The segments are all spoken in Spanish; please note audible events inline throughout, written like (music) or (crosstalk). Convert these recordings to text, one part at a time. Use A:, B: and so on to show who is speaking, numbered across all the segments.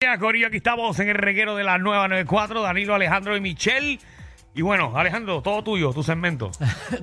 A: días, Corillo. Aquí estamos en el reguero de la nueva 94, Danilo, Alejandro y Michelle. Y bueno, Alejandro, todo tuyo, tu segmento.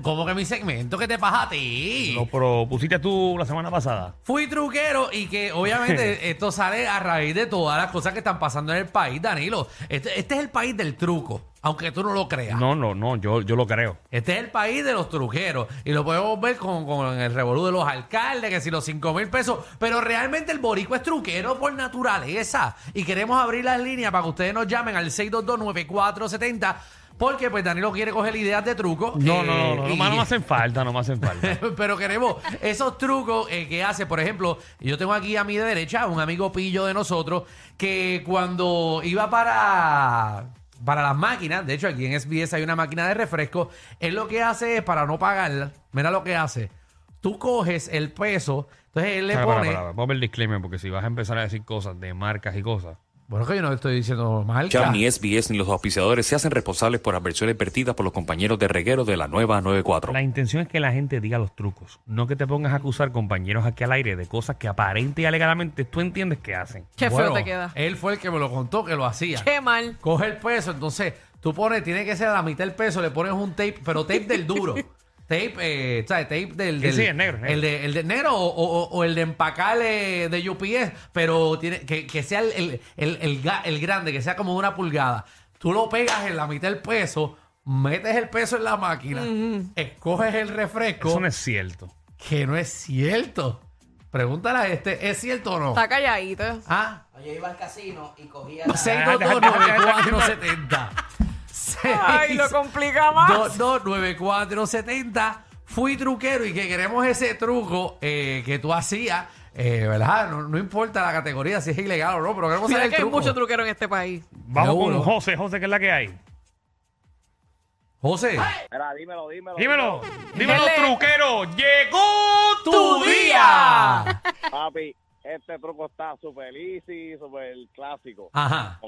B: ¿Cómo que mi segmento? ¿Qué te pasa a ti?
A: Lo propusiste tú la semana pasada.
B: Fui truquero y que
A: (laughs)
B: obviamente esto sale a raíz de todas las cosas que están pasando en el país, Danilo. Este, este es el país del truco, aunque tú no lo creas.
A: No, no, no, yo, yo lo creo.
B: Este es el país de los truqueros. Y lo podemos ver con, con el revolú de los alcaldes, que si los 5 mil pesos. Pero realmente el boricua es truquero por naturaleza. Y queremos abrir las líneas para que ustedes nos llamen al 622-9470. Porque pues Danilo quiere coger ideas de truco.
A: No,
B: eh,
A: no, no, no,
B: y-
A: no me hacen falta, no me hacen
B: (laughs)
A: falta.
B: Pero queremos esos trucos eh, que hace. Por ejemplo, yo tengo aquí a mi derecha un amigo pillo de nosotros que cuando iba para, para las máquinas, de hecho aquí en SBS hay una máquina de refresco, él lo que hace es para no pagarla, mira lo que hace. Tú coges el peso, entonces él le
A: Espera, espera,
B: pone...
A: espera, Vamos a ver el disclaimer, porque si vas a empezar a decir cosas de marcas y cosas.
B: Bueno, que yo no estoy diciendo mal.
C: Cham, ni SBS ni los auspiciadores se hacen responsables por adversiones vertidas por los compañeros de reguero de la nueva 94.
A: La intención es que la gente diga los trucos, no que te pongas a acusar compañeros aquí al aire de cosas que aparente y alegadamente tú entiendes que hacen.
D: Qué feo
B: Bueno, eh,
D: te queda.
B: Él fue el que me lo contó que lo hacía.
D: Qué mal.
B: coge el peso, entonces tú pones, tiene que ser a la mitad del peso, le pones un tape, pero tape
A: (laughs)
B: del duro. tape, eh, ¿sabes? Tape del.
A: Sí,
B: del
A: sí, es negro, es negro.
B: El de, el de negro o, o- o el de empacar eh, de UPS, pero tiene que, que sea el, el, el- el ga- el grande, que sea como de una pulgada. Tú lo pegas en la mitad del peso, metes el peso en la máquina, escoges el refresco,
A: Eso no es cierto.
B: que no es cierto. Pregúntale a este, ¿es cierto o no? (laughs)
D: Está calladito.
B: Ah,
E: Yo iba al casino
B: (laughs)
E: y cogía.
A: Ah,
E: la-
B: 6229470.
D: Ay, lo complica más.
B: 6229470. Fui truquero y que queremos ese truco eh, que tú hacías, eh, ¿verdad? No, no importa la categoría, si es ilegal o no, pero queremos
D: Mira
B: saber
D: que
B: el
D: hay
B: truco.
D: mucho truquero en este país.
A: Vamos con
B: Seguro.
A: José, José, que es la que hay.
B: José,
F: Mira, dímelo, dímelo.
A: Dímelo, dímelo,
D: Dele.
A: truquero. Llegó
B: tu día.
F: Papi, este truco está súper easy, súper clásico.
B: Ajá.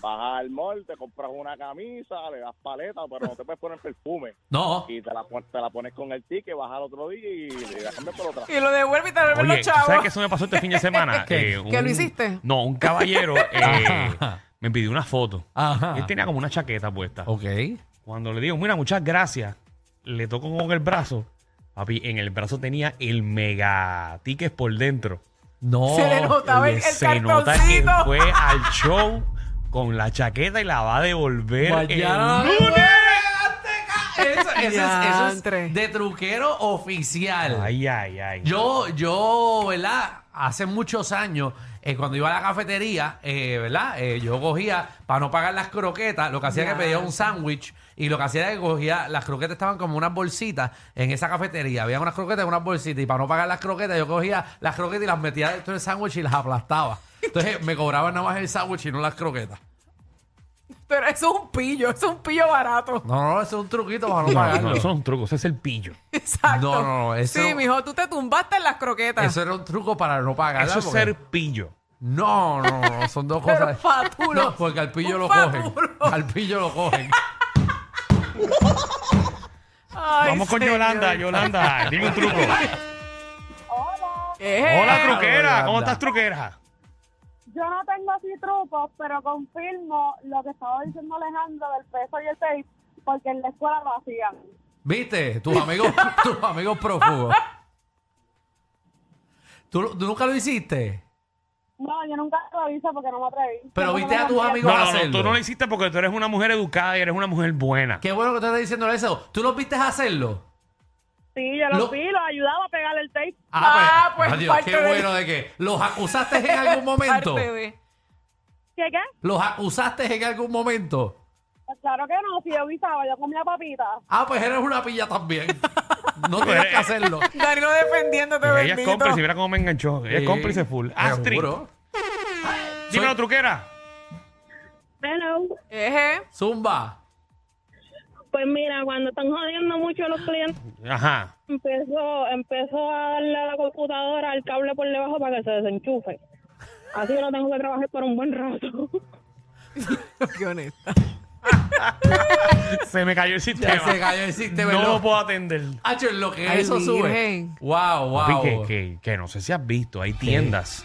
F: Bajas al mall, te compras una camisa, le das paleta, pero no te puedes poner perfume.
B: No.
F: Y te la, pon- te la pones con el ticket, bajas al otro día y le das cambiar por otra.
D: Y lo devuelve y te devuelve
A: Oye,
D: los
A: ¿tú ¿sabes
D: chavos.
A: que eso me pasó este fin de semana?
B: ¿Qué?
A: Eh,
D: ¿Que lo hiciste?
A: No, un caballero eh,
B: Ajá.
A: me pidió una foto.
B: Ajá.
A: Él tenía como una chaqueta puesta.
B: Ok.
A: Cuando le digo, mira, muchas gracias, le toco con el brazo. Papi, en el brazo tenía el mega ticket por dentro.
B: No.
D: Se le notaba el,
A: Le
D: el
A: se nota que
D: cartoncito.
A: fue al show con la chaqueta y la va a devolver
B: eh, Mañana
A: el lunes.
B: Eso, eso es- eso es
D: Diantre.
B: de truquero oficial.
A: Ay, ay, ay.
B: Yo, yo, ¿verdad? Hace muchos años, eh, cuando iba a la cafetería, eh, ¿verdad? Eh, yo cogía, para no pagar las croquetas, lo que hacía era que pedía un sándwich y lo que hacía era que cogía, las croquetas estaban como unas bolsitas en esa cafetería. Había unas croquetas y unas bolsitas y para no pagar las croquetas, yo cogía las croquetas y las metía dentro del sándwich y las aplastaba. Entonces me cobraban nada más el sándwich y no las croquetas.
D: Pero eso es un pillo, eso es un pillo barato.
B: No, no, eso es un truquito para no
A: No,
B: pagarlo.
A: no, eso no es un truco, eso es el pillo.
D: Exacto.
B: No, no, no, eso-
D: Sí, mijo, tú te tumbaste en las croquetas.
B: Eso era un truco para no pagarla.
A: Eso es
B: porque-
A: ser pillo.
B: No, no, no, son dos
D: (laughs) Pero
B: cosas.
D: fatulo.
B: No, porque al pillo
D: Un
B: lo
D: fatulo.
B: cogen. Al pillo lo cogen.
D: Ay,
A: Vamos con
D: señor.
A: Yolanda, Yolanda, dime un truco.
D: Eh,
A: Hola, truquera, ¿cómo
B: Yolanda.
A: estás, truquera?
G: Yo no tengo así trucos, pero confirmo lo que estaba diciendo Alejandro del peso y el tape, porque en la escuela lo hacían.
B: ¿Viste? Tus
D: (laughs)
B: amigos, tus amigos prófugos. ¿Tú, lo- tú nunca lo hiciste?
G: No, yo nunca lo hice porque no me atreví.
B: Pero
G: Yo
B: viste
G: no me
B: a tus
G: atreví.
B: amigos-
A: No, no, no,
B: hacerlo.
A: tú no lo hiciste porque tú eres una mujer educada y eres una mujer buena.
B: Qué bueno que te está diciendo eso. ¿Tú los viste hacerlo?
G: Sí, yo los
B: Lo-
G: vi, los ayudaba a pegar el tape.
D: Ah, pues,
B: adiós,
D: parte
B: qué
D: de-
B: bueno de que los acusaste en
D: (laughs)
B: algún momento.
D: parte de-
G: ¿Qué qué?
B: Los acusaste en algún momento.
G: Pues claro que no, si yo guisaba, yo comía papita.
B: Ah, pues eres una pilla también. No
A: (laughs)
B: tienes que hacerlo.
D: Danilo defendiéndote,
A: Ella es
D: bendito.
A: cómplice, mira cómo me enganchó. Ella es
B: Sí,
A: cómplice full.
B: Eh, te
A: Astrid,
B: juro.
A: dime la
B: Soy-
A: truquera.
G: Bueno,
D: Eje.
B: Zumba.
G: pues mira, cuando están jodiendo mucho los clientes,
A: Ajá.
G: empezó, empezó a darle a la computadora al cable por debajo para que se desenchufe. Así yo no tengo que trabajar por un buen rato. (laughs)
D: (laughs) Qué honesta.
A: Se me cayó el sistema.
B: Ya se cayó el sistema.
A: No
B: lo-
A: lo puedo atender.
B: Hacho, en lo que
D: Ay,
B: eso sube.
D: virgen.
B: Wow, wow.
A: Papi, que, que- que no sé si has visto, hay tiendas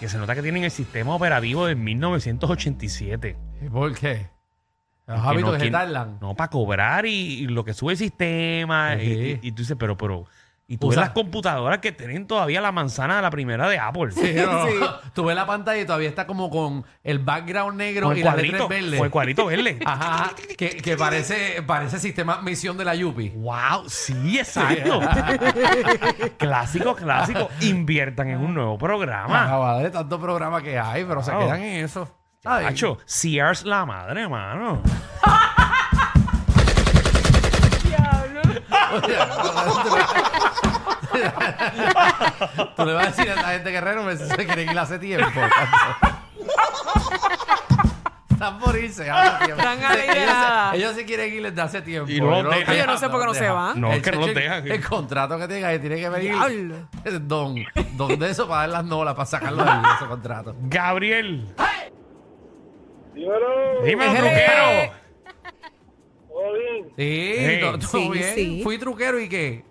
A: que se nota que tienen el sistema operativo de 1987.
B: ¿Y ¿Por qué? Los
A: Es que
B: hábitos
A: no
B: que
A: tiene-
B: tardan.
A: No, para cobrar y, y lo que sube el sistema. y-
B: Sí.
A: Y, y tú dices, pero, pero. Y tú
B: Usa-
A: ves las computadoras que tienen todavía la manzana de la primera de Apple.
B: (laughs) Sí, no,
A: (laughs)
B: Tú ves la pantalla y todavía está como con el background negro
A: Con el
B: y las
A: cuadrito.
B: letras verdes.
A: Con el cuadrito
B: (laughs)
A: verde.
B: Ajá, ajá, que, que parece, parece sistema misión de la Yupi.
A: Wow, sí, exacto.
B: (laughs)
A: clásico, clásico. Inviertan en un nuevo programa.
B: Ah, de tanto programa que hay, pero se
A: Wow.
B: quedan en eso. ¿sabes?
A: Hacho, Sears la madre, mano.
B: Tú le vas a decir a esta gente guerrero me se quiere ir hace tiempo. Están por irse hace tiempo.
D: Están
B: Sí, ellos,
D: adineradas.
B: se- ellos sí quieren ir desde hace tiempo.
A: Y no los
B: los
A: dejan. Yo
D: no sé por qué no
B: los
D: se
B: dejan.
D: van.
A: No,
B: El
A: es que no los
B: cheque-
A: dejan.
B: El contrato que tenga que tiene que venir.
D: Diablo.
B: Es don. Don de eso para dar las nolas, para sacarlo de ahí, ese contrato.
A: Gabriel.
F: Dímelo,
A: Dime,
B: Ejele.
A: truquero.
F: todo bien.
B: Sí,
A: Sí.
B: to- todo
D: Sí,
B: bien.
D: sí.
B: Fui truquero y qué.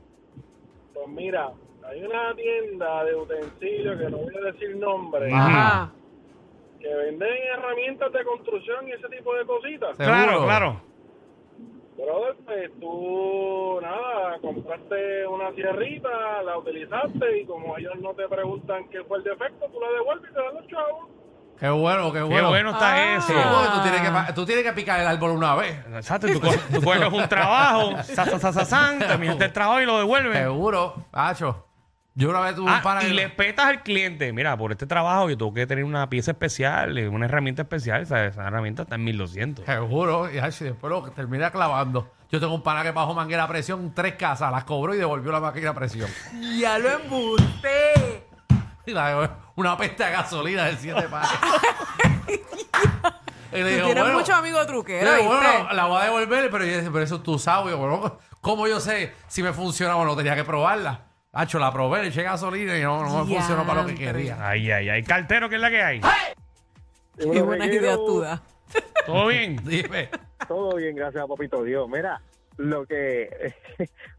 F: Pues mira, hay una tienda de utensilios que no voy a decir nombre,
B: Ah.
D: Ajá.
F: que venden herramientas de construcción y ese tipo de cositas.
A: Claro,
B: Seguro.
A: claro.
F: Brother, pues tú, nada, compraste una sierrita, la utilizaste y como ellos no te preguntan qué fue el defecto, tú la devuelves y te dan los chavos.
B: Qué bueno, qué
A: Qué
B: bueno.
A: bueno está
D: Ah.
B: Sí,
A: eso.
B: porque tú, tienes que, pa- tú tienes que picar el árbol una vez.
A: Exacto, tú, co- tú coges un trabajo, sa, sa, sa, sa, san, terminaste el trabajo y lo devuelves.
B: Seguro, Hacho. Yo una vez tuve
A: Ah,
B: un pana
A: y
B: que-
A: le petas al cliente. Mira, por este trabajo yo tengo que tener una pieza especial, eh, una herramienta especial. Esa, esa herramienta está en 1200.
B: Seguro, y hacho, y después lo termina clavando. Yo tengo un pana que bajó manguera a presión, tres casas, las cobró y devolvió la máquina a presión. (laughs)
D: Ya lo embusté.
B: Y la dejó- una pesta de gasolina de siete
D: (laughs)
B: pares. y le
D: Tú
B: digo,
D: tienes
B: bueno,
D: muchos amigos
B: le
D: truqueros,
B: digo,
D: ¿viste?
B: bueno, la voy a devolver, pero, yo decía, pero eso es tu sabio, bueno, ¿cómo yo sé si me funcionaba o no? Tenía que probarla. Hacho, la probé, le eché gasolina y no, no me funcionó para lo que
D: Diantre.
B: quería. (laughs)
A: Ay, ay, ay. Cartero, ¿qué es la que hay?
D: Qué buena idea tú das.
A: ¿Todo bien?
B: Dime.
F: Todo bien, gracias a papito Dios. Mira, lo que (laughs)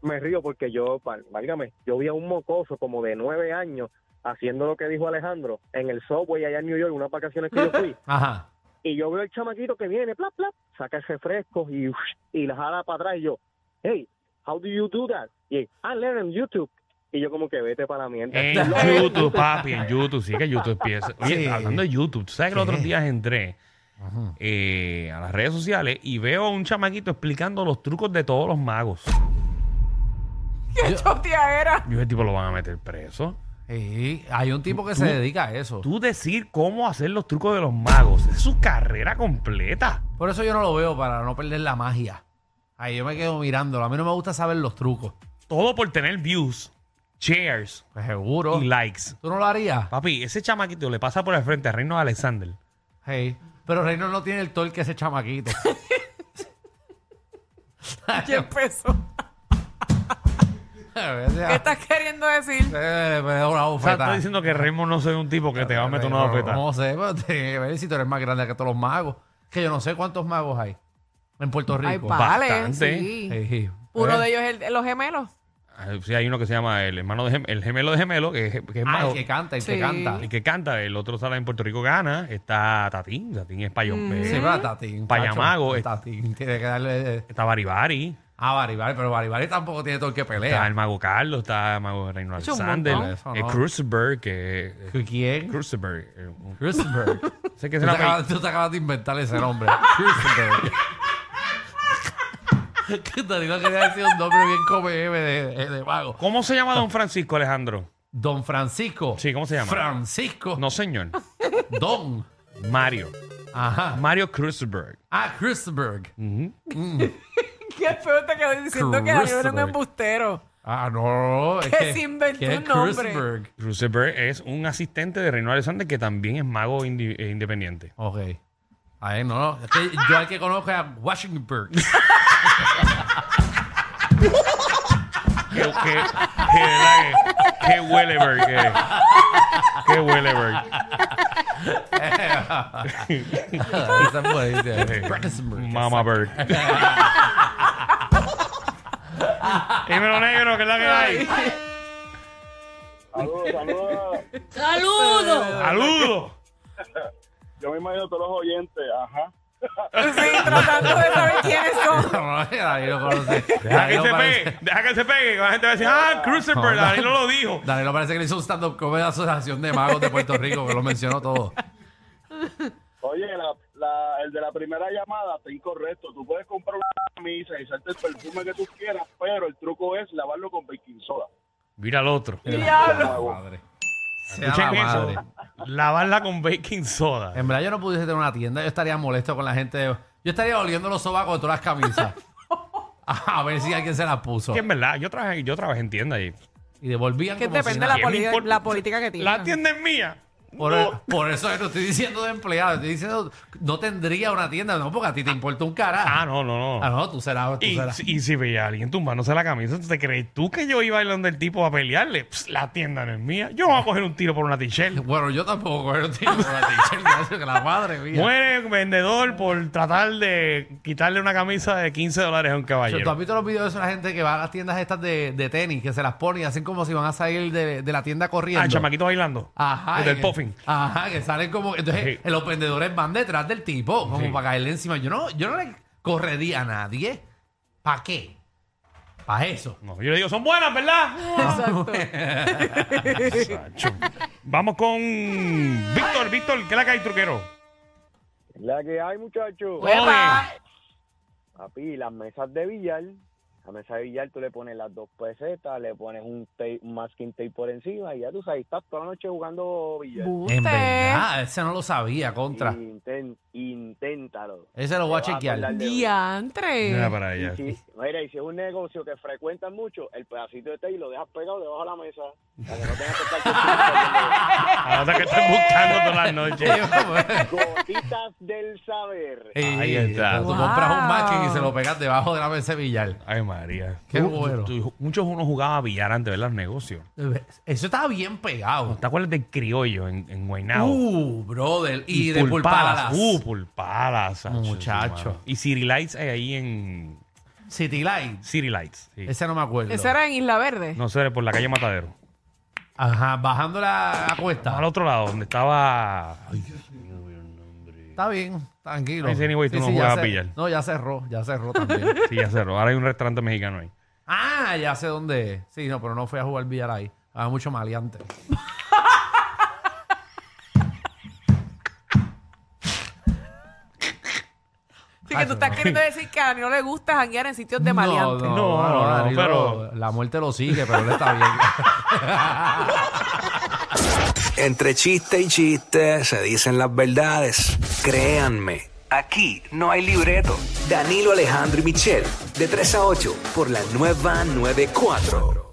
F: me río porque yo, pal- válgame, yo vi a un mocoso como de nueve años haciendo lo que dijo Alejandro en el subway allá en New York, unas vacaciones que yo fui,
B: Ajá.
F: y yo veo el chamaquito que viene, plap, plap, saca el refresco y, y la jala para atrás y yo, hey, how do you do that? Y él, I learned on YouTube. Y yo como que vete para la mierda.
A: En (laughs)
B: (laughs)
A: YouTube, papi, en YouTube. Sí que YouTube empieza. Oye,
B: Sí.
A: hablando de YouTube, tú sabes que los
B: ¿Qué?
A: otros días entré
B: Ajá.
A: eh, a las redes sociales y veo a un chamaquito explicando los trucos de todos los magos.
D: Qué chotea era.
A: Yo ese tipo lo van a meter preso.
B: Sí, hay un tipo que
A: Tú-
B: se dedica a eso.
A: Tú decir cómo hacer los trucos de los magos. Es su carrera completa.
B: Por eso yo no lo veo, para no perder la magia. Ahí yo me quedo mirándolo. A mí no me gusta saber los trucos.
A: Todo por tener views, shares
B: Pues seguro.
A: y likes.
B: ¿Tú no lo harías?
A: Papi, ese chamaquito le pasa por el frente a Reino Alexander.
B: Hey. Pero Reino no tiene el torque ese
A: (laughs)
B: chamaquito.
D: Ya
B: (laughs)
D: empezó.
B: O sea,
D: ¿Qué estás queriendo decir?
B: eh, me da una
A: O sea, estás
B: bofetada.
A: diciendo que Raymond no es un tipo que te va a meter una bofetada.
B: No sé, pero (laughs) tiene que ver si tú eres más grande que todos los magos. Que yo no sé cuántos magos hay en Puerto
D: Ay,
B: Rico.
D: vale.
A: bastante.
D: Sí.
B: Sí.
D: Uno
B: Eh.
D: de ellos es el- los gemelos. (laughs)
A: Ah, Sí, hay uno que se llama el hermano de gem- el gemelo de gemelo, que es, que es
B: Ah, el
A: mago,
B: que canta, el que
D: Sí.
B: canta.
A: el que canta. El otro sala en Puerto Rico gana. Está Tatín, Tatín es Payompe.
B: Sí, pero Tatín.
A: Payamago,
B: macho,
A: es-
B: Tatín. Tiene que darle. eh,
A: Está Baribari,
B: Ah, Baribari, pero Baribari tampoco tiene torque pelea.
A: está el mago Carlos, está el mago Reino
D: Es un
A: Alexander,
D: montón.
B: Eso
A: el
B: no.
A: Cruisenberg, que
B: ¿Quién?
A: Cruisenberg, eh, un-
B: Cruisenberg.
A: sé que
B: (laughs)
A: es
B: tú, te
A: la
B: acabas, tú te acabas de inventar ese
A: (laughs)
B: nombre. Cruisenberg. (laughs) que Danilo quería decir un nombre bien como de, de, de vago.
A: ¿Cómo se llama Don Francisco Alejandro?
B: Don Francisco.
A: Sí, ¿cómo se llama?
B: Francisco.
A: No, señor.
B: Don.
A: Mario.
B: Ajá.
A: Mario Cruisenberg.
B: Ah, Cruisenberg.
A: Ujú.
D: Qué feo te quedó diciendo que Daniel era un
B: Christopher.
D: embustero.
B: Ah, no. es
D: Que se inventó
B: que es
D: un nombre.
B: Cruisenberg.
A: Cruisenberg es un asistente de Reino Alexander que también es mago indi- eh, independiente.
B: Ok. Ay, no. Es que yo al que conozco es a Washingtonberg.
A: (laughs) Qué, qué, qué, qué, qué Welleberg que es. Qué Welleberg.
B: Esa es buena. Cruisenberg.
A: Mama Bird. Dímelo negro, que es la que hay.
F: Saludos, saludos.
H: ¡Saludos!
A: ¡Saludos!
F: Yo me imagino todos los oyentes, ajá.
D: Sí, tratando de saber quiénes
B: (laughs)
D: son.
B: David lo conoce.
A: Deja que
B: Danilo
A: se
B: parece-
A: pegue, deja que se pegue, que la gente va a decir, ah, Crucifer, Danilo lo dijo.
B: Danilo parece que le hizo un stand-up comedy a la Asociación de Magos de Puerto Rico, que lo mencionó todo.
F: Oye, la, la- el de la primera llamada está incorrecto. Tú puedes comprar una camisa y usarte el perfume que tú quieras, pero el truco es lavarlo con baking soda.
A: Mira al otro.
B: Madre. Sea la
A: Escuchen
B: madre.
A: eso. Lavarla con baking soda.
B: En verdad yo no pudiese tener una tienda, yo estaría molesto con la gente. de- Yo estaría oliendo los sobacos de todas las camisas. A ver si alguien se las puso.
A: Que en verdad, yo trabajé, yo trabajé en tienda y
B: Y devolvían
D: Que
B: como si
D: depende
B: nada.
D: la
A: ¿Quién le
D: política-
A: importa?
D: la política que tiene.
A: La tienda es mía.
B: Por,
A: No.
B: por eso yo no estoy diciendo de empleado, estoy diciendo no tendría una tienda, no, porque a ti te importa un
A: Ah,
B: carajo.
A: no, no,
B: Ah,
A: no.
B: no, tú serás, tú
A: Y,
B: serás.
A: si- y si veía a alguien tumbándose la camisa, ¿tú te crees tú que yo iba a ir donde el tipo a pelearle? Pss, la tienda no es mía. Yo no voy a coger un tiro por una (laughs) t-shirt.
B: Bueno, yo tampoco cogí un tiro por la t-shirt, (laughs) gracias, que la madre mía.
A: Muere un vendedor por tratar de quitarle una camisa de 15 dólares a un
B: Yo- ¿Tú has
A: caballero. Ah,
B: visto los videos de esa gente que va a las tiendas estas de, de tenis, que se las ponen y hacen como si van a salir de, de la tienda corriendo?
A: Ah, chamaquito bailando.
B: Ajá.
A: El
B: y
A: del
B: que-
A: puffing.
B: Ajá, que salen como. Entonces,
A: Sí.
B: los vendedores van detrás del tipo, como
A: Sí.
B: para caerle encima. Yo no, yo no le correría a nadie. ¿Para qué? Para eso.
A: No, yo le digo, son buenas, ¿verdad?
D: Exacto.
A: Sacho. Vamos con Víctor, Víctor, ¿qué es la que hay, truquero?
F: La que hay, muchachos.
D: Uepa.
F: Papi, las mesas de billar. La mesa de billar tú le pones las dos pesetas, le pones un, tape, un masking tape por encima y ya tú sabes, estás toda la noche jugando billar.
D: Buste.
B: En verdad, ese no lo sabía, contra.
F: Inten- inténtalo.
B: Ese lo voy a
F: Te vas
B: chequear.
F: acordar de-
A: Mira
D: Diantre.
A: para allá.
F: Y si- mira, y si es un negocio que frecuentan mucho, el pedacito de té y lo dejas pegado debajo de la mesa. Para que no tengas que estar
A: Ahora que están buscando todas las noches.
B: (laughs)
F: Gotitas del saber.
A: Ahí está.
B: Tú
D: Wow.
B: compras un matching y se lo pegas debajo de la mesa de billar.
A: Ay, María.
B: Qué
A: Tú-
B: bueno.
A: tú- muchos uno jugaba a billar antes, ¿verdad? Los negocios.
B: Eso estaba bien pegado.
A: ¿Te acuerdas del criollo en, en Guaynabo?
B: Uh, brother. Y, de
A: pulpadas.
B: pulpadas.
A: Uh, pulpadas. Sacho,
B: Muchacho.
A: sí, mano. Y City Lights eh, ahí en
B: City Light.
A: City Lights. sí.
B: Ese no me acuerdo.
D: Ese era en Isla Verde.
A: No sé, por la calle Matadero.
B: Ajá, bajando la la cuesta.
A: Al otro lado, donde estaba...
B: Está bien, tranquilo.
A: Ese anyway, tú no
B: ya
A: juegas
B: cer-
A: billar.
B: No, ya cerró, ya cerró también.
A: (laughs) Sí, ya cerró. Ahora hay un restaurante mexicano ahí.
B: ah, ya sé dónde es. Sí, no, pero no fui a jugar billar ahí. Había mucho maleante.
D: Así que tú estás queriendo decir que a no le gusta janguear en sitios de maleante.
B: Ah, No,
A: No,
B: no, no,
A: no,
B: Danilo,
A: pero-
B: La muerte lo sigue, pero él está bien.
I: Entre chiste y chiste se dicen las verdades. Créanme, aquí no hay libreto. Danilo Alejandro y Michel, de 3 a 8, por la nueva 94.